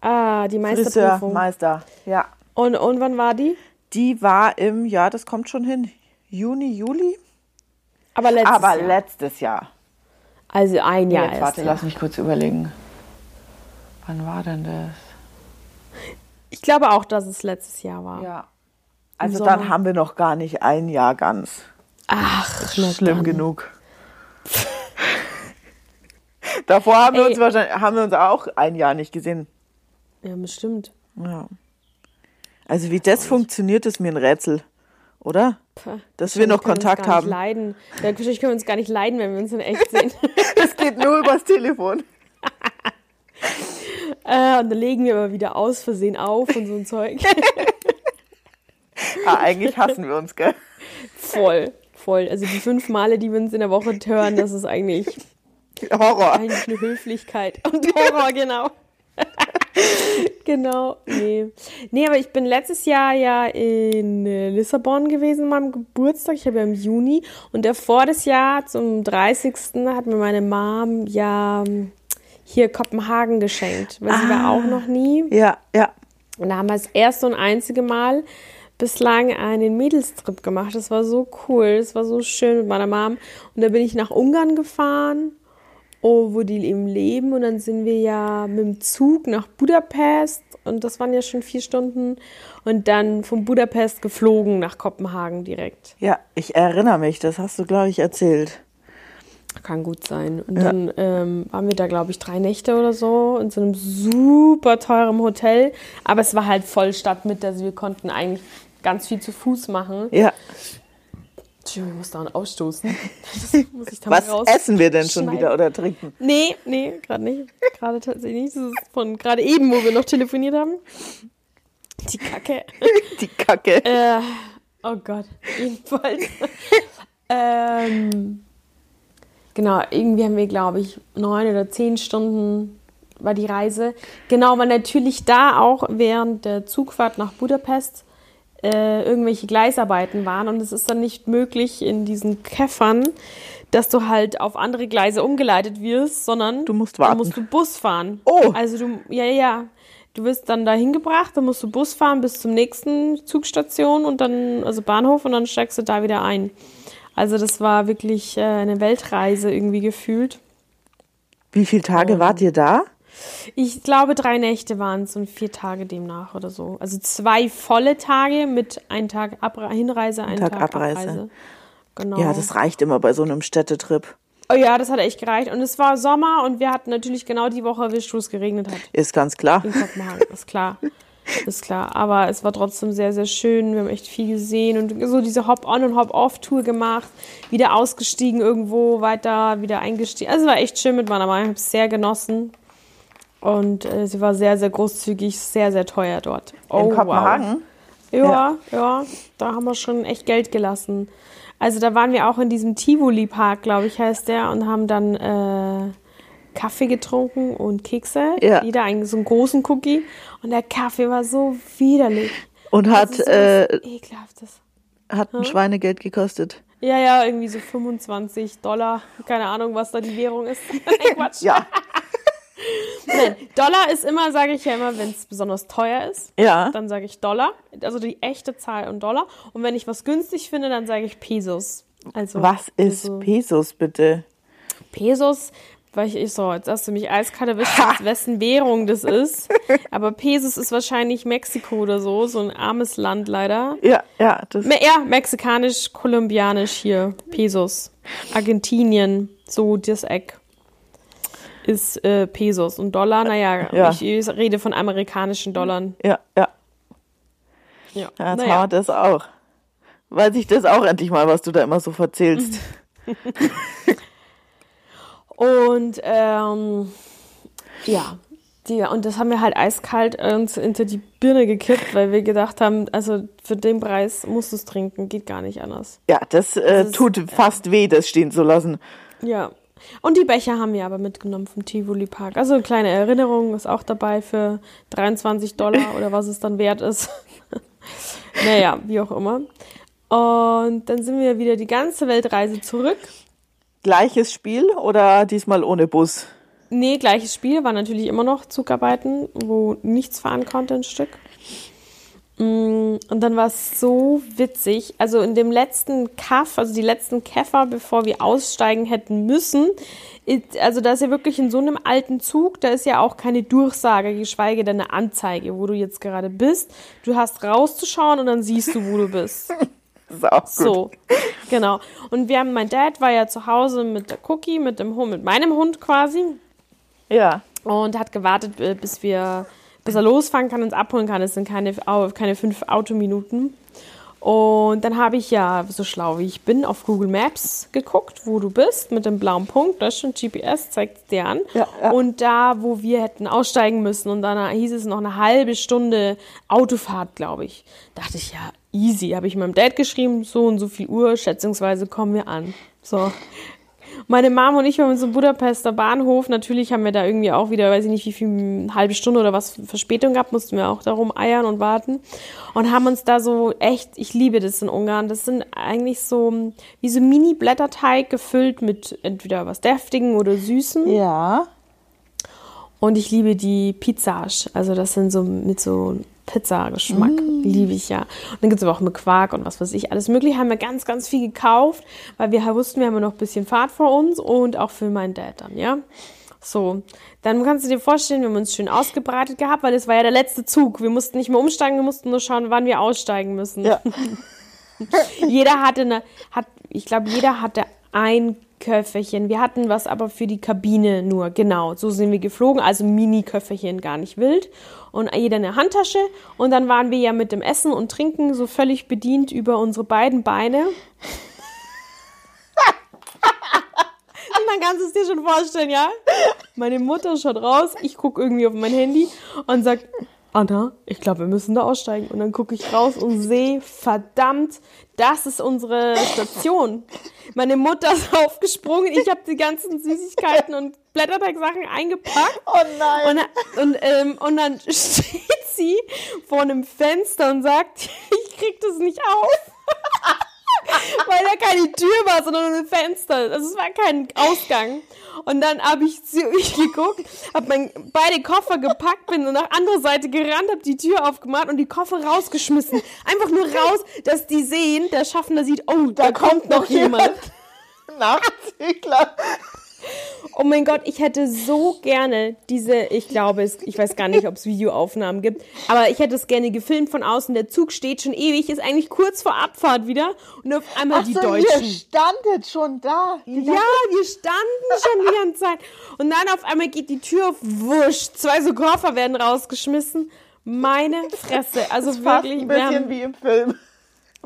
[SPEAKER 1] Ah, die
[SPEAKER 2] Friseur,
[SPEAKER 1] Meisterprüfung.
[SPEAKER 2] Meister. Ja.
[SPEAKER 1] Und, und wann war die?
[SPEAKER 2] Die war im, ja, das kommt schon hin, Juni, Juli.
[SPEAKER 1] Aber letztes
[SPEAKER 2] Aber
[SPEAKER 1] Jahr.
[SPEAKER 2] letztes Jahr.
[SPEAKER 1] also ein Jahr
[SPEAKER 2] Jetzt,
[SPEAKER 1] erst.
[SPEAKER 2] warte,
[SPEAKER 1] ja.
[SPEAKER 2] lass mich kurz überlegen. Wann war denn das?
[SPEAKER 1] Ich glaube auch, dass es letztes Jahr war.
[SPEAKER 2] Ja. Also
[SPEAKER 1] Sommer.
[SPEAKER 2] dann haben wir noch gar nicht ein Jahr ganz.
[SPEAKER 1] Ach, na
[SPEAKER 2] Schlimm
[SPEAKER 1] dann.
[SPEAKER 2] genug. Davor haben wir,
[SPEAKER 1] Ey.
[SPEAKER 2] uns wahrscheinlich, haben wir uns auch ein Jahr nicht gesehen.
[SPEAKER 1] Ja, bestimmt.
[SPEAKER 2] Ja. Also wie das funktioniert, ist mir ein Rätsel, oder? Dass wir noch
[SPEAKER 1] Können uns
[SPEAKER 2] Kontakt
[SPEAKER 1] gar nicht
[SPEAKER 2] haben.
[SPEAKER 1] Leiden. Ja, wahrscheinlich können wir uns gar nicht leiden, wenn wir uns in echt sehen.
[SPEAKER 2] Es geht nur übers Telefon.
[SPEAKER 1] äh, und dann legen wir aber wieder aus Versehen auf und so ein Zeug.
[SPEAKER 2] Ah, eigentlich hassen wir uns, gell?
[SPEAKER 1] voll, voll. Also die fünf Male, die wir uns in der Woche hören, das ist eigentlich,
[SPEAKER 2] Horror.
[SPEAKER 1] eigentlich eine Höflichkeit. Und Horror, genau. genau, nee. Nee, aber ich bin letztes Jahr ja in äh, Lissabon gewesen, an meinem Geburtstag. Ich habe ja im Juni. Und davor das Jahr, zum 30. hat mir meine Mom ja ähm, hier Kopenhagen geschenkt, weil sie war auch noch nie.
[SPEAKER 2] Ja, ja.
[SPEAKER 1] Und da haben wir das erste und einzige Mal bislang einen Mädelstrip gemacht. Das war so cool, das war so schön mit meiner Mom. Und da bin ich nach Ungarn gefahren, oh, wo die eben leben. Und dann sind wir ja mit dem Zug nach Budapest. Und das waren ja schon vier Stunden. Und dann von Budapest geflogen nach Kopenhagen direkt.
[SPEAKER 2] Ja, ich erinnere mich, das hast du, glaube ich, erzählt.
[SPEAKER 1] Kann gut sein. Und
[SPEAKER 2] Ja.
[SPEAKER 1] dann ähm, waren wir da, glaube ich, drei Nächte oder so in so einem super teuren Hotel. Aber es war halt voll Stadtmitte. Also wir konnten eigentlich ganz viel zu Fuß machen.
[SPEAKER 2] Ja.
[SPEAKER 1] Entschuldigung, ich muss da einen ausstoßen. Das muss ich da
[SPEAKER 2] Was
[SPEAKER 1] mal raus.
[SPEAKER 2] essen wir denn schon
[SPEAKER 1] schneiden.
[SPEAKER 2] wieder oder trinken?
[SPEAKER 1] Nee, nee, gerade nicht. Gerade tatsächlich nicht. Das ist von gerade eben, wo wir noch telefoniert haben. Die Kacke.
[SPEAKER 2] Die Kacke.
[SPEAKER 1] Äh, oh Gott, jedenfalls. ähm, genau, irgendwie haben wir, glaube ich, neun oder zehn Stunden war die Reise. Genau, weil natürlich da auch während der Zugfahrt nach Budapest äh, irgendwelche Gleisarbeiten waren und es ist dann nicht möglich in diesen Käffern, dass du halt auf andere Gleise umgeleitet wirst, sondern
[SPEAKER 2] Du musst
[SPEAKER 1] dann
[SPEAKER 2] warten.
[SPEAKER 1] musst du Bus fahren.
[SPEAKER 2] Oh.
[SPEAKER 1] Also du, ja, ja, ja. Du wirst dann dahin gebracht, dann musst du Bus fahren bis zum nächsten Zugstation und dann, also Bahnhof und dann steigst du da wieder ein. Also das war wirklich äh, eine Weltreise irgendwie gefühlt.
[SPEAKER 2] Wie viele Tage
[SPEAKER 1] ähm,
[SPEAKER 2] wart ihr da?
[SPEAKER 1] Ich glaube, drei Nächte waren es und vier Tage demnach oder so. Also zwei volle Tage mit einem Tag Abra Hinreise, einem
[SPEAKER 2] Tag
[SPEAKER 1] Tag,
[SPEAKER 2] Abreise.
[SPEAKER 1] Abreise. Genau.
[SPEAKER 2] Ja, das reicht immer bei so einem Städtetrip.
[SPEAKER 1] oh ja, das hat echt gereicht. Und es war Sommer und wir hatten natürlich genau die Woche erwischt, wo es geregnet hat.
[SPEAKER 2] Ist ganz klar.
[SPEAKER 1] in Kopenhagen, ist klar. Ist klar. Aber es war trotzdem sehr, sehr schön. Wir haben echt viel gesehen und so diese Hop-On- und Hop-Off-Tour gemacht. Wieder ausgestiegen irgendwo, weiter, wieder eingestiegen. Also war echt schön mit meiner Mama. Ich habe es sehr genossen. Und äh, sie war sehr, sehr großzügig, sehr, sehr teuer dort. Oh,
[SPEAKER 2] In Kopenhagen?
[SPEAKER 1] Wow. Ja, ja, da haben wir schon echt Geld gelassen. Also da waren wir auch in diesem Tivoli-Park, glaube ich, heißt der, und haben dann äh, Kaffee getrunken und Kekse.
[SPEAKER 2] Ja.
[SPEAKER 1] Jeder einen, so einen großen Cookie. Und der Kaffee war so widerlich.
[SPEAKER 2] Und hat,
[SPEAKER 1] das ist
[SPEAKER 2] äh,
[SPEAKER 1] was Ekelhaftes.
[SPEAKER 2] hat ein Schweinegeld gekostet.
[SPEAKER 1] Ja, ja, irgendwie so 25 Dollar. Keine Ahnung, was da die Währung ist. Quatsch.
[SPEAKER 2] Ja.
[SPEAKER 1] Nein, Dollar ist immer, sage ich ja immer, wenn es besonders teuer ist.
[SPEAKER 2] Ja.
[SPEAKER 1] Dann sage ich Dollar, also die echte Zahl und Dollar. Und wenn ich was günstig finde, dann sage ich Pesos. Also
[SPEAKER 2] Was ist
[SPEAKER 1] also
[SPEAKER 2] Pesos bitte?
[SPEAKER 1] Pesos? weil ich, ich so, jetzt hast du mich eiskalt erwischt, aus wessen Währung das ist. Aber Pesos ist wahrscheinlich Mexiko oder so, so ein armes Land leider.
[SPEAKER 2] Ja, ja, das,
[SPEAKER 1] Me ja, mexikanisch, kolumbianisch hier, Pesos. Argentinien, so das Eck ist äh, Pesos. Und Dollar, naja,
[SPEAKER 2] Ja.
[SPEAKER 1] ich, ich rede von amerikanischen Dollar.
[SPEAKER 2] ja, ja.
[SPEAKER 1] Ja,
[SPEAKER 2] Ja, jetzt haben
[SPEAKER 1] naja.
[SPEAKER 2] wir das auch. Weiß ich das auch endlich mal, was du da immer so verzählst.
[SPEAKER 1] Mhm. Und ähm, ja, die, und das haben wir halt eiskalt uns hinter die Birne gekippt, weil wir gedacht haben, also für den Preis musst du es trinken, geht gar nicht anders.
[SPEAKER 2] Ja, das, äh,
[SPEAKER 1] ist-
[SPEAKER 2] tut fast weh, das stehen zu lassen.
[SPEAKER 1] Ja. Und die Becher haben wir aber mitgenommen vom Tivoli Park. Also eine kleine Erinnerung ist auch dabei für 23 Dollar oder was es dann wert ist. naja, wie auch immer. Und dann sind wir wieder die ganze Weltreise zurück.
[SPEAKER 2] Gleiches Spiel oder diesmal ohne Bus?
[SPEAKER 1] Nee, gleiches Spiel, war natürlich immer noch Zugarbeiten, wo nichts fahren konnte, ein Stück. Mm, Und dann war es so witzig. Also in dem letzten Kaff, also die letzten Käfer, bevor wir aussteigen hätten müssen, it- also da ist ja wirklich in so einem alten Zug, da ist ja auch keine Durchsage, geschweige denn eine Anzeige, wo du jetzt gerade bist. Du hast rauszuschauen und dann siehst du, wo du bist.
[SPEAKER 2] Das ist auch gut.
[SPEAKER 1] So, genau. Und wir haben, mein Dad war ja zu Hause mit der Cookie, mit dem Hund, mit meinem Hund quasi
[SPEAKER 2] Ja.
[SPEAKER 1] und hat gewartet, äh, bis wir, bis er losfahren kann und uns abholen kann. Es sind keine, Au- keine fünf Autominuten. Und dann habe ich ja, so schlau wie ich bin, auf Google Maps geguckt, wo du bist, mit dem blauen Punkt. Das ist schon GPS, zeigt es dir an.
[SPEAKER 2] Ja, ja.
[SPEAKER 1] Und da, wo wir hätten aussteigen müssen, und dann hieß es noch eine halbe Stunde Autofahrt, glaube ich. Dachte ich, ja, easy. Habe ich meinem Dad geschrieben, so und so viel Uhr, schätzungsweise kommen wir an. So. Meine Mom und ich waren so Budapester Bahnhof. Natürlich haben wir da irgendwie auch wieder, weiß ich nicht, wie viel, eine halbe Stunde oder was Verspätung gehabt, mussten wir auch darum eiern und warten. Und haben uns da so echt, ich liebe das in Ungarn. Das sind eigentlich so wie so Mini-Blätterteig gefüllt mit entweder was Deftigen oder Süßen.
[SPEAKER 2] Ja.
[SPEAKER 1] Und ich liebe die Pizzage. Also das sind so mit so Pizzageschmack. Liebe ich ja. Und dann gibt es aber auch mit Quark und was weiß ich. Alles mögliche haben wir ganz, ganz viel gekauft, weil wir wussten, wir haben ja noch ein bisschen Fahrt vor uns und auch für meinen Dad dann, ja. So, dann kannst du dir vorstellen, wir haben uns schön ausgebreitet gehabt, weil es war ja der letzte Zug. Wir mussten nicht mehr umsteigen, wir mussten nur schauen, wann wir aussteigen müssen.
[SPEAKER 2] Ja.
[SPEAKER 1] Jeder hatte eine, hat, ich glaube, jeder hatte ein Köfferchen. Wir hatten was aber für die Kabine nur, genau. So sind wir geflogen, also Mini-Köfferchen, gar nicht wild. Und jeder eine Handtasche. Und dann waren wir ja mit dem Essen und Trinken so völlig bedient über unsere beiden Beine. Und dann kannst du es dir schon vorstellen, ja? Meine Mutter schaut raus, ich gucke irgendwie auf mein Handy und sagt, Anna, ich glaube, wir müssen da aussteigen. Und dann gucke ich raus und sehe, verdammt, das ist unsere Station. Meine Mutter ist aufgesprungen, ich habe die ganzen Süßigkeiten und Blätterteig-Sachen eingepackt.
[SPEAKER 2] Oh nein.
[SPEAKER 1] Und, und, ähm, und dann steht sie vor einem Fenster und sagt, ich krieg das nicht auf. Weil da keine Tür war, sondern nur ein Fenster. Also es war kein Ausgang. Und dann habe ich, zu- ich geguckt, habe mein, beide Koffer gepackt, bin nach andere Seite gerannt, habe die Tür aufgemacht und die Koffer rausgeschmissen. Einfach nur raus, dass die sehen, der Schaffender sieht, oh, da, kommt noch jemand.
[SPEAKER 2] Nachzügler.
[SPEAKER 1] Oh mein Gott, ich hätte so gerne diese, ich glaube, es, ich weiß gar nicht, ob es Videoaufnahmen gibt, aber ich hätte es gerne gefilmt von außen. Der Zug steht schon ewig, ist eigentlich kurz vor Abfahrt wieder und auf einmal die Deutschen.
[SPEAKER 2] ihr standet schon da.
[SPEAKER 1] Ja, wir standen schon die ganze Zeit. Und dann auf einmal geht die Tür auf, wusch, zwei so Koffer werden rausgeschmissen. Meine Fresse, also
[SPEAKER 2] Fast
[SPEAKER 1] wirklich.
[SPEAKER 2] ein
[SPEAKER 1] wir haben-
[SPEAKER 2] bisschen wie im Film.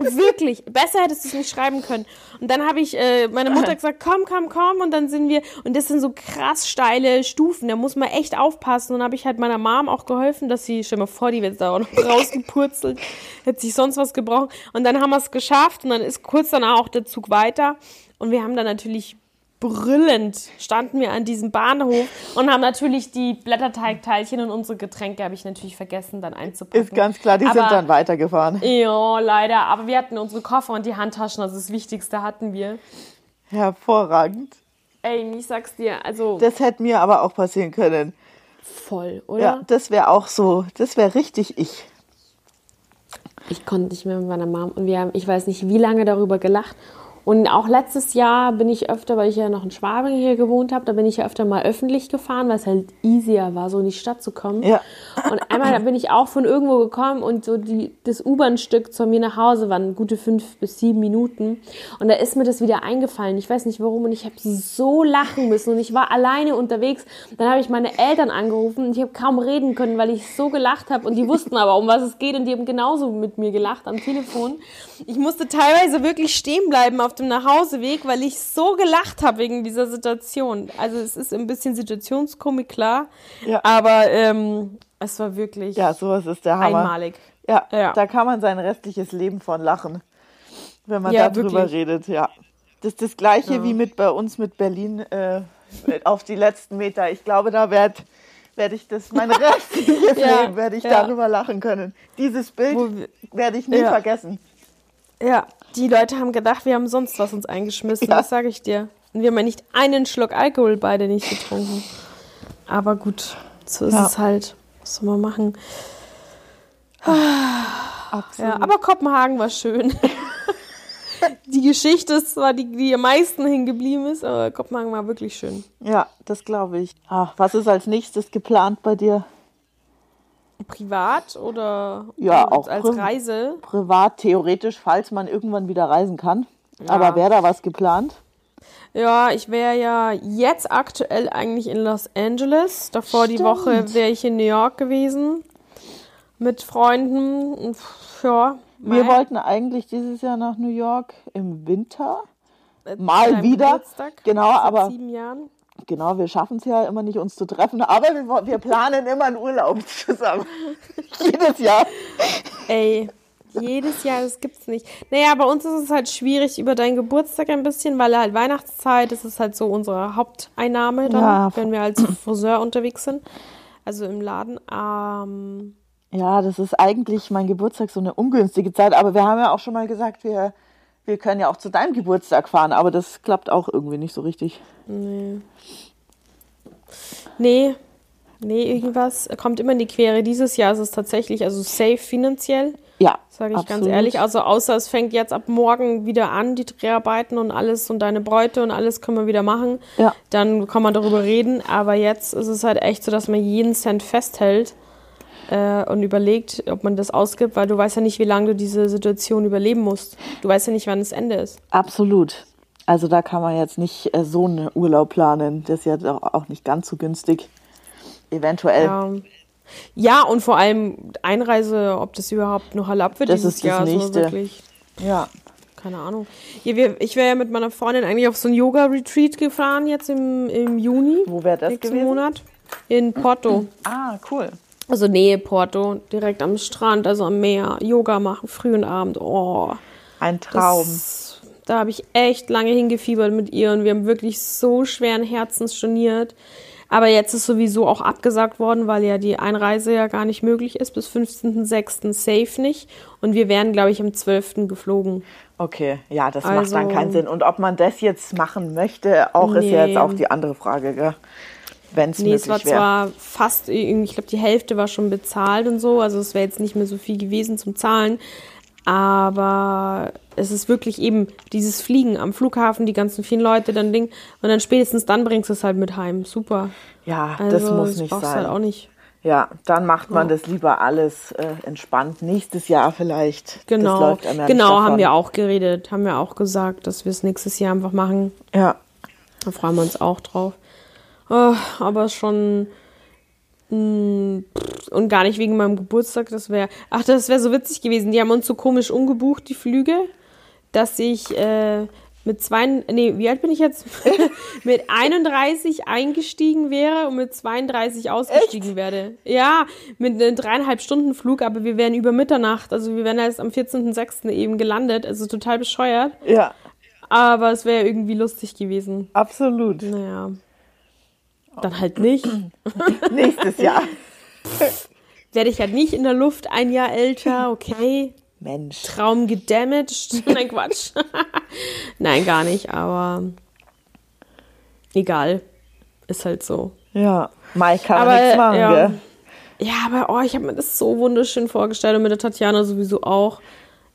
[SPEAKER 1] Wirklich, besser hättest du es nicht schreiben können. Und dann habe ich äh, meine Mutter gesagt, komm, komm, komm. Und dann sind wir, und das sind so krass steile Stufen, da muss man echt aufpassen. Und dann habe ich halt meiner Mom auch geholfen, dass sie, stell mal vor, die wird da auch noch rausgepurzelt, hätte sich sonst was gebrochen. Und dann haben wir es geschafft und dann ist kurz danach auch der Zug weiter. Und wir haben dann natürlich brüllend standen wir an diesem Bahnhof und haben natürlich die Blätterteigteilchen und unsere Getränke habe ich natürlich vergessen dann einzupacken.
[SPEAKER 2] Ist ganz klar, die
[SPEAKER 1] Aber-
[SPEAKER 2] sind dann weitergefahren.
[SPEAKER 1] ja, leider. Aber wir hatten unsere Koffer und die Handtaschen, also das Wichtigste hatten wir.
[SPEAKER 2] Hervorragend.
[SPEAKER 1] Ey, ich sag's dir, also
[SPEAKER 2] Das hätte mir aber auch passieren können.
[SPEAKER 1] voll,
[SPEAKER 2] Ja,
[SPEAKER 1] oder?
[SPEAKER 2] das wäre auch so. Das wäre richtig ich.
[SPEAKER 1] Ich konnte nicht mehr mit meiner Mom und wir haben, ich weiß nicht, wie lange darüber gelacht. Und auch letztes Jahr bin ich öfter, weil ich ja noch in Schwabing hier gewohnt habe, da bin ich ja öfter mal öffentlich gefahren, weil es halt easier war, so in die Stadt zu kommen.
[SPEAKER 2] Ja.
[SPEAKER 1] Und einmal da bin ich auch von irgendwo gekommen und so die, das U-Bahn-Stück zu mir nach Hause waren gute fünf bis sieben Minuten. Und da ist mir das wieder eingefallen. Ich weiß nicht warum und ich habe so lachen müssen und ich war alleine unterwegs. Dann habe ich meine Eltern angerufen und ich habe kaum reden können, weil ich so gelacht habe und die wussten aber, um was es geht und die haben genauso mit mir gelacht am Telefon. Ich musste teilweise wirklich stehen bleiben auf dem Nachhauseweg, weil ich so gelacht habe wegen dieser Situation. Also es ist ein bisschen Situationskomik, klar,
[SPEAKER 2] Ja.
[SPEAKER 1] aber ähm, es war wirklich
[SPEAKER 2] Ja, sowas ist der Hammer.
[SPEAKER 1] einmalig.
[SPEAKER 2] Ja,
[SPEAKER 1] Ja.
[SPEAKER 2] da kann man sein restliches Leben von lachen, wenn man
[SPEAKER 1] Ja,
[SPEAKER 2] darüber
[SPEAKER 1] wirklich.
[SPEAKER 2] redet, ja. Das ist das Gleiche wie mit bei uns mit Berlin äh, auf die letzten Meter. Ich glaube, da werde werd ich das, mein restliches
[SPEAKER 1] Ja,
[SPEAKER 2] Leben werde ich
[SPEAKER 1] ja.
[SPEAKER 2] darüber lachen können. Dieses
[SPEAKER 1] Wo
[SPEAKER 2] Bild
[SPEAKER 1] wir-
[SPEAKER 2] werde ich nie
[SPEAKER 1] Ja.
[SPEAKER 2] vergessen.
[SPEAKER 1] Ja, die Leute haben gedacht, wir haben sonst was uns eingeschmissen,
[SPEAKER 2] Ja.
[SPEAKER 1] das sage ich dir. Und wir haben ja nicht einen Schluck Alkohol beide nicht getrunken. Aber gut, so ist
[SPEAKER 2] Ja.
[SPEAKER 1] es halt. Was soll man machen?
[SPEAKER 2] Ah, Absolut.
[SPEAKER 1] Ja, aber Kopenhagen war schön. die Geschichte ist zwar die, die am meisten hingeblieben ist, aber Kopenhagen war wirklich schön.
[SPEAKER 2] Ja, das glaube ich. Ah, was ist als nächstes geplant bei dir?
[SPEAKER 1] Privat oder
[SPEAKER 2] Ja,
[SPEAKER 1] als,
[SPEAKER 2] auch
[SPEAKER 1] als
[SPEAKER 2] privat.
[SPEAKER 1] Reise?
[SPEAKER 2] Privat, theoretisch, falls man irgendwann wieder reisen kann.
[SPEAKER 1] Ja.
[SPEAKER 2] Aber wäre da was geplant?
[SPEAKER 1] Ja, ich wäre ja jetzt aktuell eigentlich in Los Angeles. Davor die
[SPEAKER 2] Stimmt.
[SPEAKER 1] Woche wäre ich in New York gewesen mit Freunden. Und pff, Ja,
[SPEAKER 2] Wir
[SPEAKER 1] mei,
[SPEAKER 2] wollten eigentlich dieses Jahr nach New York im Winter.
[SPEAKER 1] äh, zu
[SPEAKER 2] mal
[SPEAKER 1] deinem
[SPEAKER 2] wieder.
[SPEAKER 1] Geburtstag
[SPEAKER 2] Genau,
[SPEAKER 1] seit
[SPEAKER 2] aber-
[SPEAKER 1] sieben Jahren.
[SPEAKER 2] Genau, wir schaffen es ja immer nicht, uns zu treffen, aber wir, wo- wir planen immer einen Urlaub zusammen. Jedes Jahr.
[SPEAKER 1] Ey, jedes Jahr, das gibt's nicht. Naja, bei uns ist es halt schwierig über deinen Geburtstag ein bisschen, weil halt Weihnachtszeit, das ist halt so unsere Haupteinnahme dann,
[SPEAKER 2] Ja.
[SPEAKER 1] wenn wir als Friseur unterwegs sind. Also im Laden. Ähm,
[SPEAKER 2] Ja, das ist eigentlich mein Geburtstag so eine ungünstige Zeit, aber wir haben ja auch schon mal gesagt, wir, wir können ja auch zu deinem Geburtstag fahren, aber das klappt auch irgendwie nicht so richtig.
[SPEAKER 1] Nee. Nee. Nee, irgendwas kommt immer in die Quere. Dieses Jahr ist es tatsächlich, also safe finanziell,
[SPEAKER 2] Ja,
[SPEAKER 1] sage ich ganz
[SPEAKER 2] absolut.
[SPEAKER 1] ehrlich. Also außer es fängt jetzt ab morgen wieder an, die Dreharbeiten und alles und deine Bräute und alles können wir wieder machen.
[SPEAKER 2] Ja.
[SPEAKER 1] Dann kann man darüber reden. Aber jetzt ist es halt echt so, dass man jeden Cent festhält äh, und überlegt, ob man das ausgibt, weil du weißt ja nicht, wie lange du diese Situation überleben musst. Du weißt ja nicht, wann das Ende ist.
[SPEAKER 2] Absolut. Also da kann man jetzt nicht äh, so einen Urlaub planen. Das ist ja doch auch nicht ganz so günstig. Eventuell.
[SPEAKER 1] Ja. Ähm, ja, und vor allem Einreise, ob das überhaupt noch erlaubt wird
[SPEAKER 2] Das
[SPEAKER 1] dieses
[SPEAKER 2] ist das
[SPEAKER 1] Jahr. So
[SPEAKER 2] Nächste.
[SPEAKER 1] wirklich,
[SPEAKER 2] ja.
[SPEAKER 1] keine Ahnung. Hier, wir, ich wäre ja mit meiner Freundin eigentlich auf so ein Yoga-Retreat gefahren jetzt im, im Juni.
[SPEAKER 2] Wo wäre das
[SPEAKER 1] nächsten
[SPEAKER 2] gewesen?
[SPEAKER 1] Monat. In Porto.
[SPEAKER 2] Ah, cool.
[SPEAKER 1] Also Nähe Porto, direkt am Strand, also am Meer. Yoga machen, früh und Abend. Oh,
[SPEAKER 2] Ein Traum.
[SPEAKER 1] das, da habe ich echt lange hingefiebert mit ihr und wir haben wirklich so schweren Herzens storniert. Aber jetzt ist sowieso auch abgesagt worden, weil ja die Einreise ja gar nicht möglich ist. Bis 15.06. safe nicht. Und wir wären, glaube ich, am 12. geflogen.
[SPEAKER 2] Okay, ja, das macht
[SPEAKER 1] Also-
[SPEAKER 2] dann keinen Sinn. Und ob man das jetzt machen möchte, auch ist ja
[SPEAKER 1] Nee.
[SPEAKER 2] jetzt auch die andere Frage, gell? Wenn es
[SPEAKER 1] Nee, es war
[SPEAKER 2] möglich wäre.
[SPEAKER 1] zwar fast, irgendwie- ich glaube, die Hälfte war schon bezahlt und so. Also es wäre jetzt nicht mehr so viel gewesen zum Zahlen. Aber es ist wirklich eben dieses Fliegen am Flughafen, die ganzen vielen Leute, dann Ding. Und dann spätestens dann bringst du es halt mit heim. Super.
[SPEAKER 2] Ja,
[SPEAKER 1] Also,
[SPEAKER 2] das muss nicht
[SPEAKER 1] brauchst du
[SPEAKER 2] sein.
[SPEAKER 1] Halt auch nicht.
[SPEAKER 2] Ja, dann macht man das lieber alles äh, entspannt. Nächstes Jahr vielleicht.
[SPEAKER 1] Genau,
[SPEAKER 2] Das läuft einem ja nicht
[SPEAKER 1] genau,
[SPEAKER 2] davon.
[SPEAKER 1] haben wir auch geredet, haben wir auch gesagt, dass wir es nächstes Jahr einfach machen.
[SPEAKER 2] Ja,
[SPEAKER 1] Da freuen wir uns auch drauf. Ah, aber schon mh, pff, und gar nicht wegen meinem Geburtstag, das wäre, ach, das wäre so witzig gewesen. Die haben uns so komisch umgebucht, die Flüge, dass ich äh, mit zwei, nee, wie alt bin ich jetzt? mit 31 eingestiegen wäre und mit 32 ausgestiegen werde. Ja, mit einem dreieinhalb Stunden Flug, aber wir wären über Mitternacht, also wir wären erst am 14.06. eben gelandet, also total bescheuert.
[SPEAKER 2] ja,
[SPEAKER 1] Aber es wäre irgendwie lustig gewesen.
[SPEAKER 2] absolut.
[SPEAKER 1] Naja. Dann halt nicht.
[SPEAKER 2] Nächstes Jahr.
[SPEAKER 1] Werde ich halt nicht in der Luft ein Jahr älter, okay.
[SPEAKER 2] Mensch.
[SPEAKER 1] Traum gedamaged. Nein, Quatsch. Nein, gar nicht, aber egal. Ist halt so.
[SPEAKER 2] Ja, Mai kann
[SPEAKER 1] Aber,
[SPEAKER 2] man nichts machen,
[SPEAKER 1] ja.
[SPEAKER 2] gell?
[SPEAKER 1] Ja, aber oh, ich habe mir das so wunderschön vorgestellt und mit der Tatjana sowieso auch.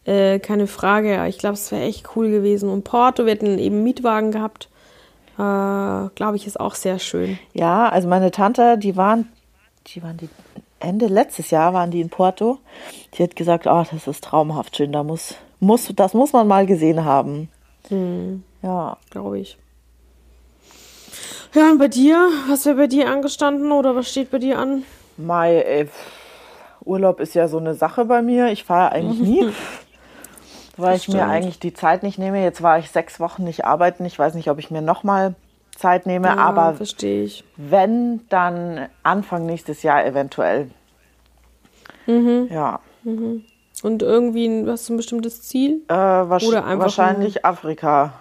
[SPEAKER 1] Äh, keine Frage, aber ich glaube, es wäre echt cool gewesen. Und Porto, wir hätten eben einen Mietwagen gehabt. Äh, glaube ich, ist auch sehr schön.
[SPEAKER 3] Ja, also meine Tante, die waren, die waren die Ende letztes Jahr waren die in Porto. Die hat gesagt,
[SPEAKER 2] ah,
[SPEAKER 3] oh, das ist traumhaft schön, da muss, muss, das muss man mal gesehen haben.
[SPEAKER 1] Hm,
[SPEAKER 3] Ja.
[SPEAKER 1] glaube ich. Ja, und bei dir? Was wäre bei dir angestanden oder was steht bei dir an?
[SPEAKER 2] Mai, ey, pff, Urlaub ist ja so eine Sache bei mir. Ich fahre eigentlich nie, weil ich mir
[SPEAKER 1] stimmt.
[SPEAKER 2] eigentlich die Zeit nicht nehme. Jetzt war ich sechs Wochen nicht arbeiten. Ich weiß nicht, ob ich mir nochmal Zeit nehme, aber
[SPEAKER 1] verstehe ich.
[SPEAKER 2] wenn, dann Anfang nächstes Jahr eventuell.
[SPEAKER 1] Mhm.
[SPEAKER 2] Ja,
[SPEAKER 1] Und irgendwie ein- hast du ein bestimmtes Ziel?
[SPEAKER 2] äh, wasch-
[SPEAKER 1] Oder einfach
[SPEAKER 2] wahrscheinlich Afrika.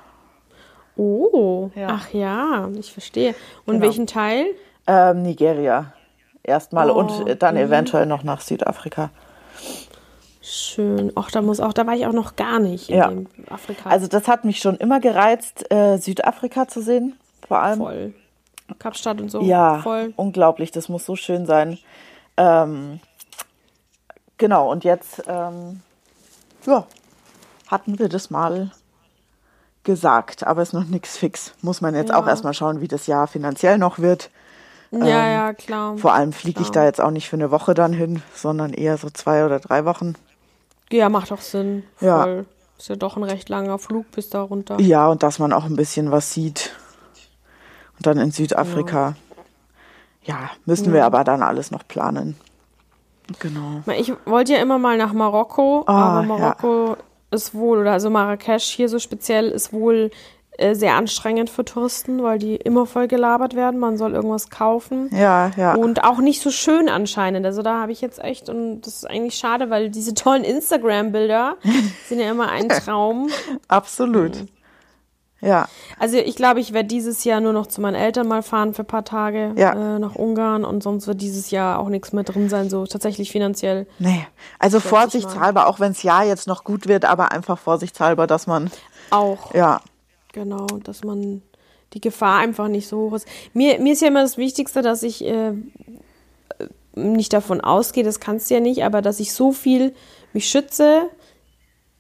[SPEAKER 1] Oh,
[SPEAKER 2] Ja.
[SPEAKER 1] ach ja, ich verstehe. Und
[SPEAKER 2] Genau.
[SPEAKER 1] welchen Teil?
[SPEAKER 2] Ähm, Nigeria. Erstmal
[SPEAKER 1] Oh,
[SPEAKER 2] und äh, dann eventuell noch nach Südafrika.
[SPEAKER 1] Schön. Ach, da muss auch, da war ich auch noch gar nicht in
[SPEAKER 2] Ja.
[SPEAKER 1] dem Afrika.
[SPEAKER 2] Also das hat mich schon immer gereizt, äh, Südafrika zu sehen, vor allem.
[SPEAKER 1] voll. Kapstadt und so.
[SPEAKER 2] Ja,
[SPEAKER 1] Voll.
[SPEAKER 2] unglaublich, das muss so schön sein. Ähm, genau, und jetzt ähm, ja, hatten wir das mal gesagt, aber ist noch nichts fix. Muss man jetzt
[SPEAKER 1] Ja.
[SPEAKER 2] auch erstmal schauen, wie das Jahr finanziell noch wird. Ähm,
[SPEAKER 1] ja, ja, klar.
[SPEAKER 2] Vor allem fliege ich
[SPEAKER 1] Klar.
[SPEAKER 2] da jetzt auch nicht für eine Woche dann hin, sondern eher so zwei oder drei Wochen.
[SPEAKER 1] Ja, macht doch Sinn.
[SPEAKER 2] Ja.
[SPEAKER 1] Voll. Ist ja doch ein recht langer Flug bis da runter.
[SPEAKER 2] Ja, und dass man auch ein bisschen was sieht. Und dann in Südafrika. Ja, müssen wir aber dann alles noch planen. Genau.
[SPEAKER 1] Ich wollte ja immer mal nach Marokko, aber
[SPEAKER 2] Ah, ja.
[SPEAKER 1] Marokko ist wohl, oder also Marrakesch hier so speziell, ist wohl äh, sehr anstrengend für Touristen, weil die immer voll gelabert werden. Man soll irgendwas kaufen.
[SPEAKER 2] Ja, ja.
[SPEAKER 1] Und auch nicht so schön anscheinend. Also da habe ich jetzt echt, und das ist eigentlich schade, weil diese tollen Instagram-Bilder sind ja immer ein Traum.
[SPEAKER 2] Absolut. Ja,
[SPEAKER 1] Also ich glaube, ich werde dieses Jahr nur noch zu meinen Eltern mal fahren für ein paar Tage
[SPEAKER 2] Ja.
[SPEAKER 1] äh, nach Ungarn und sonst wird dieses Jahr auch nichts mehr drin sein, so tatsächlich finanziell.
[SPEAKER 2] nee. Also
[SPEAKER 1] mal.
[SPEAKER 2] vorsichtshalber, auch wenn das Jahr jetzt noch gut wird, aber einfach vorsichtshalber, dass man,
[SPEAKER 1] Auch.
[SPEAKER 2] ja,
[SPEAKER 1] Genau, dass man die Gefahr einfach nicht so hoch ist. Mir, mir ist ja immer das Wichtigste, dass ich äh, äh, nicht davon ausgehe, das kannst du ja nicht, aber dass ich so viel mich schütze,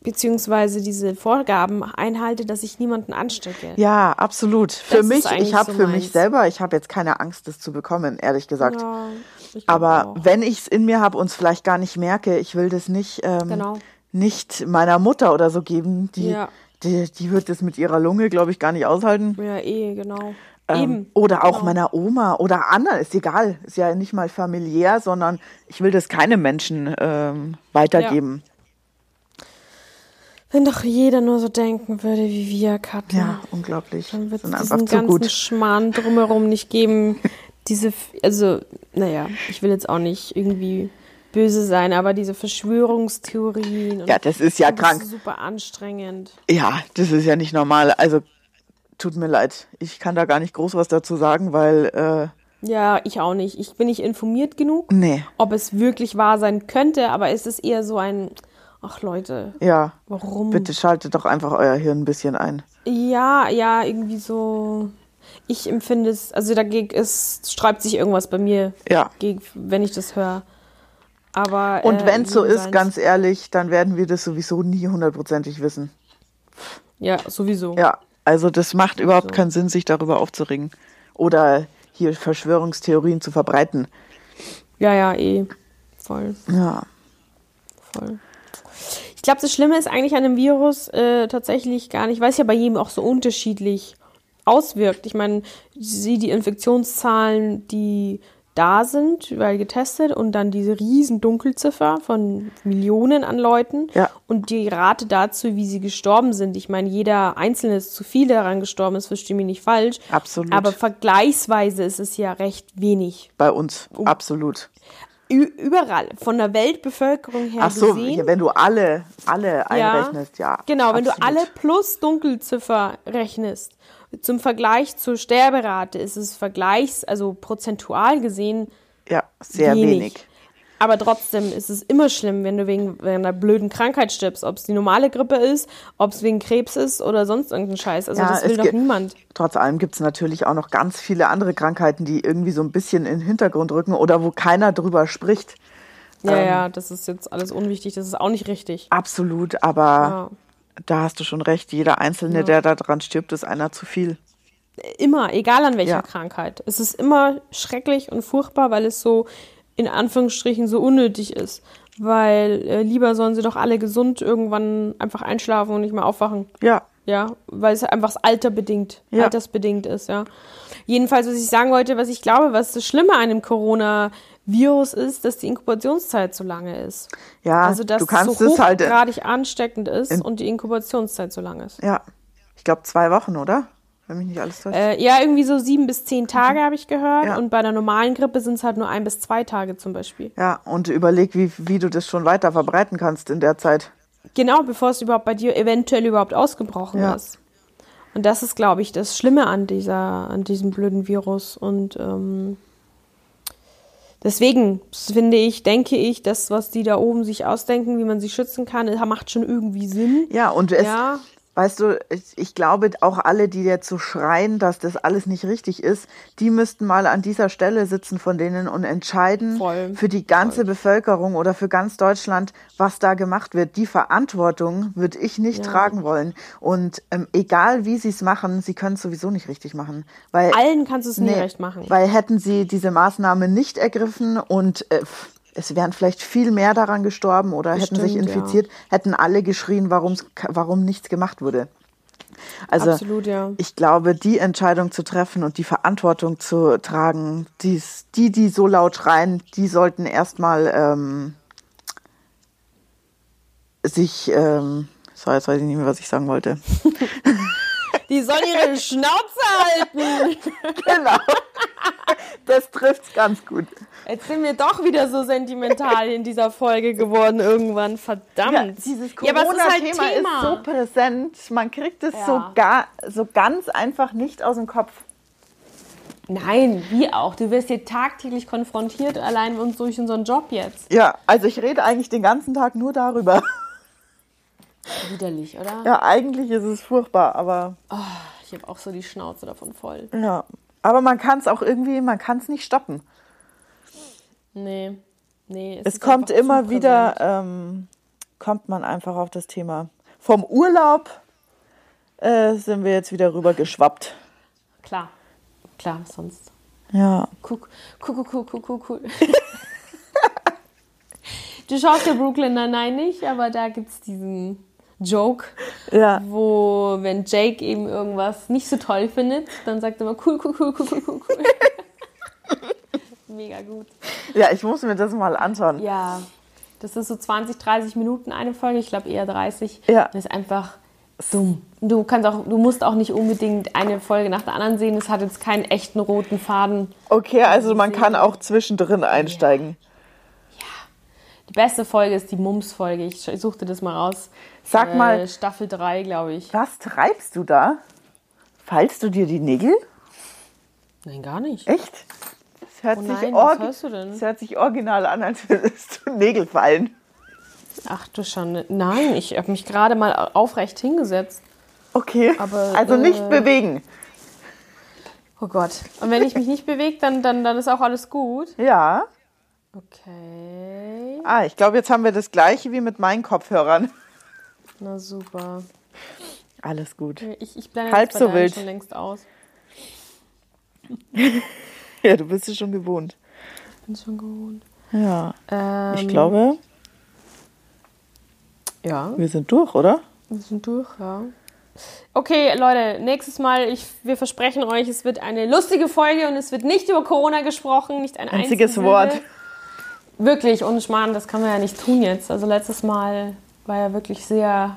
[SPEAKER 1] beziehungsweise diese Vorgaben einhalte, dass ich niemanden anstecke.
[SPEAKER 2] ja, absolut. Für
[SPEAKER 1] Das ist
[SPEAKER 2] mich,
[SPEAKER 1] eigentlich
[SPEAKER 2] ich habe
[SPEAKER 1] so
[SPEAKER 2] für
[SPEAKER 1] meins.
[SPEAKER 2] mich selber, ich habe jetzt keine Angst, das zu bekommen, ehrlich gesagt.
[SPEAKER 1] Ja, ich glaub
[SPEAKER 2] aber
[SPEAKER 1] auch.
[SPEAKER 2] wenn ich es in mir habe und es vielleicht gar nicht merke, ich will das nicht, ähm,
[SPEAKER 1] Genau.
[SPEAKER 2] nicht meiner Mutter oder so geben. Die,
[SPEAKER 1] Ja.
[SPEAKER 2] die, die wird das mit ihrer Lunge, glaube ich, gar nicht aushalten.
[SPEAKER 1] Ja, eh, genau.
[SPEAKER 2] Ähm,
[SPEAKER 1] Eben.
[SPEAKER 2] Oder auch
[SPEAKER 1] Genau.
[SPEAKER 2] meiner Oma oder anderen, ist egal. Ist ja nicht mal familiär, sondern ich will das keinem Menschen ähm, weitergeben.
[SPEAKER 1] Wenn doch jeder nur so denken würde wie wir, Katja.
[SPEAKER 2] Ja, unglaublich.
[SPEAKER 1] Dann wird es
[SPEAKER 2] Sind
[SPEAKER 1] diesen
[SPEAKER 2] einfach zu
[SPEAKER 1] ganzen
[SPEAKER 2] gut.
[SPEAKER 1] Schmarrn drumherum nicht geben. Diese, F- also, naja, ich will jetzt auch nicht irgendwie böse sein, aber diese Verschwörungstheorien. Und
[SPEAKER 2] Ja, das ist ja
[SPEAKER 1] das
[SPEAKER 2] krank.
[SPEAKER 1] super anstrengend.
[SPEAKER 2] Ja, das ist ja nicht normal. Also tut mir leid. Ich kann da gar nicht groß was dazu sagen, weil äh,
[SPEAKER 1] Ja, ich auch nicht. Ich bin nicht informiert genug,
[SPEAKER 2] nee,
[SPEAKER 1] ob es wirklich wahr sein könnte, aber es ist eher so ein, ach Leute,
[SPEAKER 2] ja.
[SPEAKER 1] warum?
[SPEAKER 2] Bitte schaltet doch einfach euer Hirn ein bisschen ein.
[SPEAKER 1] Ja, ja, irgendwie so. Ich empfinde es, also dagegen ist, sträubt sich irgendwas bei mir,
[SPEAKER 2] Ja.
[SPEAKER 1] gegen, wenn ich das höre. Aber.
[SPEAKER 2] Und
[SPEAKER 1] äh,
[SPEAKER 2] wenn es so
[SPEAKER 1] jedem
[SPEAKER 2] ist,
[SPEAKER 1] seins.
[SPEAKER 2] ganz ehrlich, dann werden wir das sowieso nie hundertprozentig wissen.
[SPEAKER 1] Ja, sowieso.
[SPEAKER 2] Ja, also das macht überhaupt keinen Sinn, sich darüber aufzuregen oder hier Verschwörungstheorien zu verbreiten.
[SPEAKER 1] Ja, ja, eh. Voll,
[SPEAKER 2] Ja,
[SPEAKER 1] voll. Ich glaube, das Schlimme ist eigentlich an einem Virus äh, tatsächlich gar nicht, weil es ja bei jedem auch so unterschiedlich auswirkt. Ich meine, sieh die Infektionszahlen, die da sind, weil getestet und dann diese riesen Dunkelziffer von Millionen an Leuten
[SPEAKER 2] Ja.
[SPEAKER 1] und die Rate dazu, wie sie gestorben sind. Ich meine, jeder Einzelne ist zu viel daran gestorben, das verstehe mich nicht falsch.
[SPEAKER 2] Absolut.
[SPEAKER 1] Aber vergleichsweise ist es ja recht wenig.
[SPEAKER 2] bei uns
[SPEAKER 1] Oh.
[SPEAKER 2] absolut.
[SPEAKER 1] Ü- überall von der Weltbevölkerung her
[SPEAKER 2] Ach so,
[SPEAKER 1] gesehen.
[SPEAKER 2] wenn du alle alle einrechnest, ja.
[SPEAKER 1] Genau, wenn du
[SPEAKER 2] absolut.
[SPEAKER 1] alle plus Dunkelziffer rechnest. Zum Vergleich zur Sterberate ist es vergleichs, also prozentual gesehen,
[SPEAKER 2] ja, sehr
[SPEAKER 1] wenig.
[SPEAKER 2] wenig.
[SPEAKER 1] Aber trotzdem ist es immer schlimm, wenn du wegen wegen einer blöden Krankheit stirbst. Ob es die normale Grippe ist, ob es wegen Krebs ist oder sonst irgendein Scheiß. Also
[SPEAKER 2] Ja,
[SPEAKER 1] das
[SPEAKER 2] es
[SPEAKER 1] will doch
[SPEAKER 2] gibt-
[SPEAKER 1] niemand.
[SPEAKER 2] Trotz allem gibt es natürlich auch noch ganz viele andere Krankheiten, die irgendwie so ein bisschen in den Hintergrund rücken oder wo keiner drüber spricht.
[SPEAKER 1] Ja, ja, das ist jetzt alles unwichtig, das ist auch nicht richtig.
[SPEAKER 2] Absolut, aber
[SPEAKER 1] Ja.
[SPEAKER 2] da hast du schon recht. Jeder Einzelne, der da dran stirbt, ist einer zu viel.
[SPEAKER 1] Immer, egal an welcher
[SPEAKER 2] Ja.
[SPEAKER 1] Krankheit. Es ist immer schrecklich und furchtbar, weil es so in Anführungsstrichen so unnötig ist. Weil äh, lieber sollen sie doch alle gesund irgendwann einfach einschlafen und nicht mehr aufwachen.
[SPEAKER 2] Ja,
[SPEAKER 1] Ja, weil es einfach das Alter bedingt,
[SPEAKER 2] Ja.
[SPEAKER 1] altersbedingt ist, ja. Jedenfalls, was ich sagen wollte, was ich glaube, was das Schlimme an dem Corona-Virus ist, dass die Inkubationszeit so lange ist.
[SPEAKER 2] ja.
[SPEAKER 1] also, dass
[SPEAKER 2] Ah, du kannst
[SPEAKER 1] es so
[SPEAKER 2] es halt.
[SPEAKER 1] hochgradig ansteckend ist und die Inkubationszeit so lang ist.
[SPEAKER 2] Ja, ich glaube zwei Wochen, oder? Wenn mich nicht alles täuscht.
[SPEAKER 1] Äh, ja, irgendwie so sieben bis zehn Tage habe ich gehört.
[SPEAKER 2] Mhm. Ja.
[SPEAKER 1] Und bei der normalen Grippe sind es halt nur ein bis zwei Tage zum Beispiel.
[SPEAKER 2] Ja, und überleg, wie, wie du das schon weiter verbreiten kannst in der Zeit.
[SPEAKER 1] Genau, bevor es überhaupt bei dir eventuell überhaupt ausgebrochen
[SPEAKER 2] Ja.
[SPEAKER 1] ist. Und das ist, glaube ich, das Schlimme an dieser, an diesem blöden Virus. Und ähm, deswegen finde ich, denke ich, das, was die da oben sich ausdenken, wie man sie schützen kann, macht schon irgendwie Sinn.
[SPEAKER 2] Ja, und es,
[SPEAKER 1] Ja.
[SPEAKER 2] weißt du, ich, ich glaube auch alle, die jetzt so schreien, dass das alles nicht richtig ist, die müssten mal an dieser Stelle sitzen von denen und entscheiden
[SPEAKER 1] Voll.
[SPEAKER 2] für die ganze Bevölkerung oder für ganz Deutschland, was da gemacht wird. Die Verantwortung würde ich nicht tragen wollen. Und ähm, egal wie sie es machen, sie können es sowieso nicht richtig machen. Weil
[SPEAKER 1] Allen kannst du es nie
[SPEAKER 2] Nee,
[SPEAKER 1] recht machen.
[SPEAKER 2] Weil hätten sie diese Maßnahme nicht ergriffen und äh, pf, es wären vielleicht viel mehr daran gestorben oder hätten sich
[SPEAKER 1] Bestimmt, ja.
[SPEAKER 2] infiziert, hätten alle geschrien, warum's, warum nichts gemacht wurde. Also
[SPEAKER 1] Absolut, ja.
[SPEAKER 2] ich glaube, die Entscheidung zu treffen und die Verantwortung zu tragen, dies, die, die so laut schreien, die sollten erstmal ähm, sich, ähm, so, jetzt weiß ich nicht mehr, was ich sagen wollte.
[SPEAKER 1] Die sollen ihre Schnauze halten.
[SPEAKER 2] genau. Das trifft's ganz gut.
[SPEAKER 1] Jetzt sind wir doch wieder so sentimental in dieser Folge geworden irgendwann. Verdammt.
[SPEAKER 2] Ja, dieses
[SPEAKER 1] Ja, aber es halt
[SPEAKER 2] Corona-Thema ist, so präsent. Man kriegt es
[SPEAKER 1] Ja.
[SPEAKER 2] so, gar, so ganz einfach nicht aus dem Kopf.
[SPEAKER 1] Nein, wie auch. Du wirst hier tagtäglich konfrontiert, allein uns durch unseren Job jetzt.
[SPEAKER 2] Ja, also ich rede eigentlich den ganzen Tag nur darüber.
[SPEAKER 1] Widerlich, oder?
[SPEAKER 2] Ja, eigentlich ist es furchtbar, aber
[SPEAKER 1] Ich habe auch so die Schnauze davon voll.
[SPEAKER 2] ja. Aber man kann es auch irgendwie, man kann es nicht stoppen.
[SPEAKER 1] Nee. Nee,
[SPEAKER 2] Es
[SPEAKER 1] ist
[SPEAKER 2] kommt
[SPEAKER 1] einfach zu
[SPEAKER 2] immer wieder,
[SPEAKER 1] präsent.
[SPEAKER 2] ähm, kommt man einfach auf das Thema. Vom Urlaub äh, sind wir jetzt wieder rüber geschwappt.
[SPEAKER 1] Klar. Klar, was sonst.
[SPEAKER 2] Ja.
[SPEAKER 1] Guck, guck, guck, guck, guck, guck, guck. du schaust ja Brooklyn Nine-Nine nicht, aber da gibt es diesen Joke,
[SPEAKER 2] Ja.
[SPEAKER 1] wo, wenn Jake eben irgendwas nicht so toll findet, dann sagt er immer cool, cool, cool, cool, cool, cool, cool. Mega gut.
[SPEAKER 2] Ja, ich muss mir das mal anschauen.
[SPEAKER 1] Ja, das ist so 20, 30 Minuten eine Folge, ich glaube eher 30.
[SPEAKER 2] Ja.
[SPEAKER 1] Das ist einfach dumm. Du kannst auch, du musst auch nicht unbedingt eine Folge nach der anderen sehen. Es hat jetzt keinen echten roten Faden.
[SPEAKER 2] Okay, also man kann auch zwischendrin einsteigen.
[SPEAKER 1] Die beste Folge ist die Mums-Folge. Ich sch- suchte das mal raus.
[SPEAKER 2] Sag
[SPEAKER 1] Äh,
[SPEAKER 2] mal-
[SPEAKER 1] Staffel 3, glaube ich.
[SPEAKER 2] Was treibst du da? Fallst du dir die Nägel?
[SPEAKER 1] Nein, gar nicht.
[SPEAKER 2] Echt? Das hört,
[SPEAKER 1] Oh
[SPEAKER 2] sich,
[SPEAKER 1] nein, was
[SPEAKER 2] org
[SPEAKER 1] hörst du denn?
[SPEAKER 2] das hört sich original an, als würdest du Nägel fallen.
[SPEAKER 1] Ach du Schande. Nein, ich habe mich gerade mal aufrecht hingesetzt.
[SPEAKER 2] Okay,
[SPEAKER 1] Aber,
[SPEAKER 2] also
[SPEAKER 1] äh,
[SPEAKER 2] nicht bewegen.
[SPEAKER 1] Oh Gott. Und wenn ich mich nicht bewege, dann, dann, dann ist auch alles gut.
[SPEAKER 2] Ja.
[SPEAKER 1] Okay.
[SPEAKER 2] Ah, ich glaube, jetzt haben wir das gleiche wie mit meinen Kopfhörern.
[SPEAKER 1] Na super.
[SPEAKER 2] Alles gut.
[SPEAKER 1] Ich, ich blende
[SPEAKER 2] Halb
[SPEAKER 1] das bei
[SPEAKER 2] so
[SPEAKER 1] deinen
[SPEAKER 2] wild.
[SPEAKER 1] schon längst aus.
[SPEAKER 2] Ja, du bist es schon gewohnt.
[SPEAKER 1] Bin schon gewohnt.
[SPEAKER 2] Ja.
[SPEAKER 1] Ähm,
[SPEAKER 2] Ich glaube,
[SPEAKER 1] Ja,
[SPEAKER 2] wir sind durch, oder?
[SPEAKER 1] wir sind durch, ja. Okay, Leute, nächstes Mal, ich, wir versprechen euch, es wird eine lustige Folge und es wird nicht über Corona gesprochen, nicht ein
[SPEAKER 2] Einziges
[SPEAKER 1] einziges
[SPEAKER 2] Wort.
[SPEAKER 1] Wirklich, ohne Schmarrn, das kann man ja nicht tun jetzt. Also letztes Mal war ja wirklich sehr,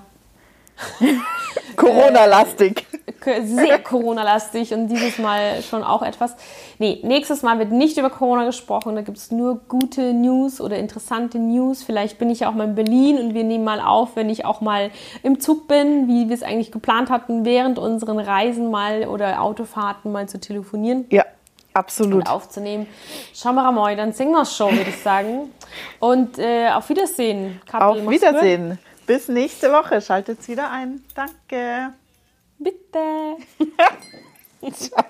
[SPEAKER 2] Corona-lastig.
[SPEAKER 1] sehr Corona-lastig und dieses Mal schon auch etwas. Nee, nächstes Mal wird nicht über Corona gesprochen, da gibt es nur gute News oder interessante News. Vielleicht bin ich ja auch mal in Berlin und wir nehmen mal auf, wenn ich auch mal im Zug bin, wie wir es eigentlich geplant hatten, während unseren Reisen mal oder Autofahrten mal zu telefonieren
[SPEAKER 2] Ja, absolut.
[SPEAKER 1] und aufzunehmen. Schauen wir mal, dann singen wir schon, würde ich sagen. Und äh, auf Wiedersehen. Kathi,
[SPEAKER 2] Auf
[SPEAKER 1] mach's gut.
[SPEAKER 2] Wiedersehen. Bis nächste Woche. Schaltet's wieder ein. Danke.
[SPEAKER 1] Bitte.
[SPEAKER 2] Ciao.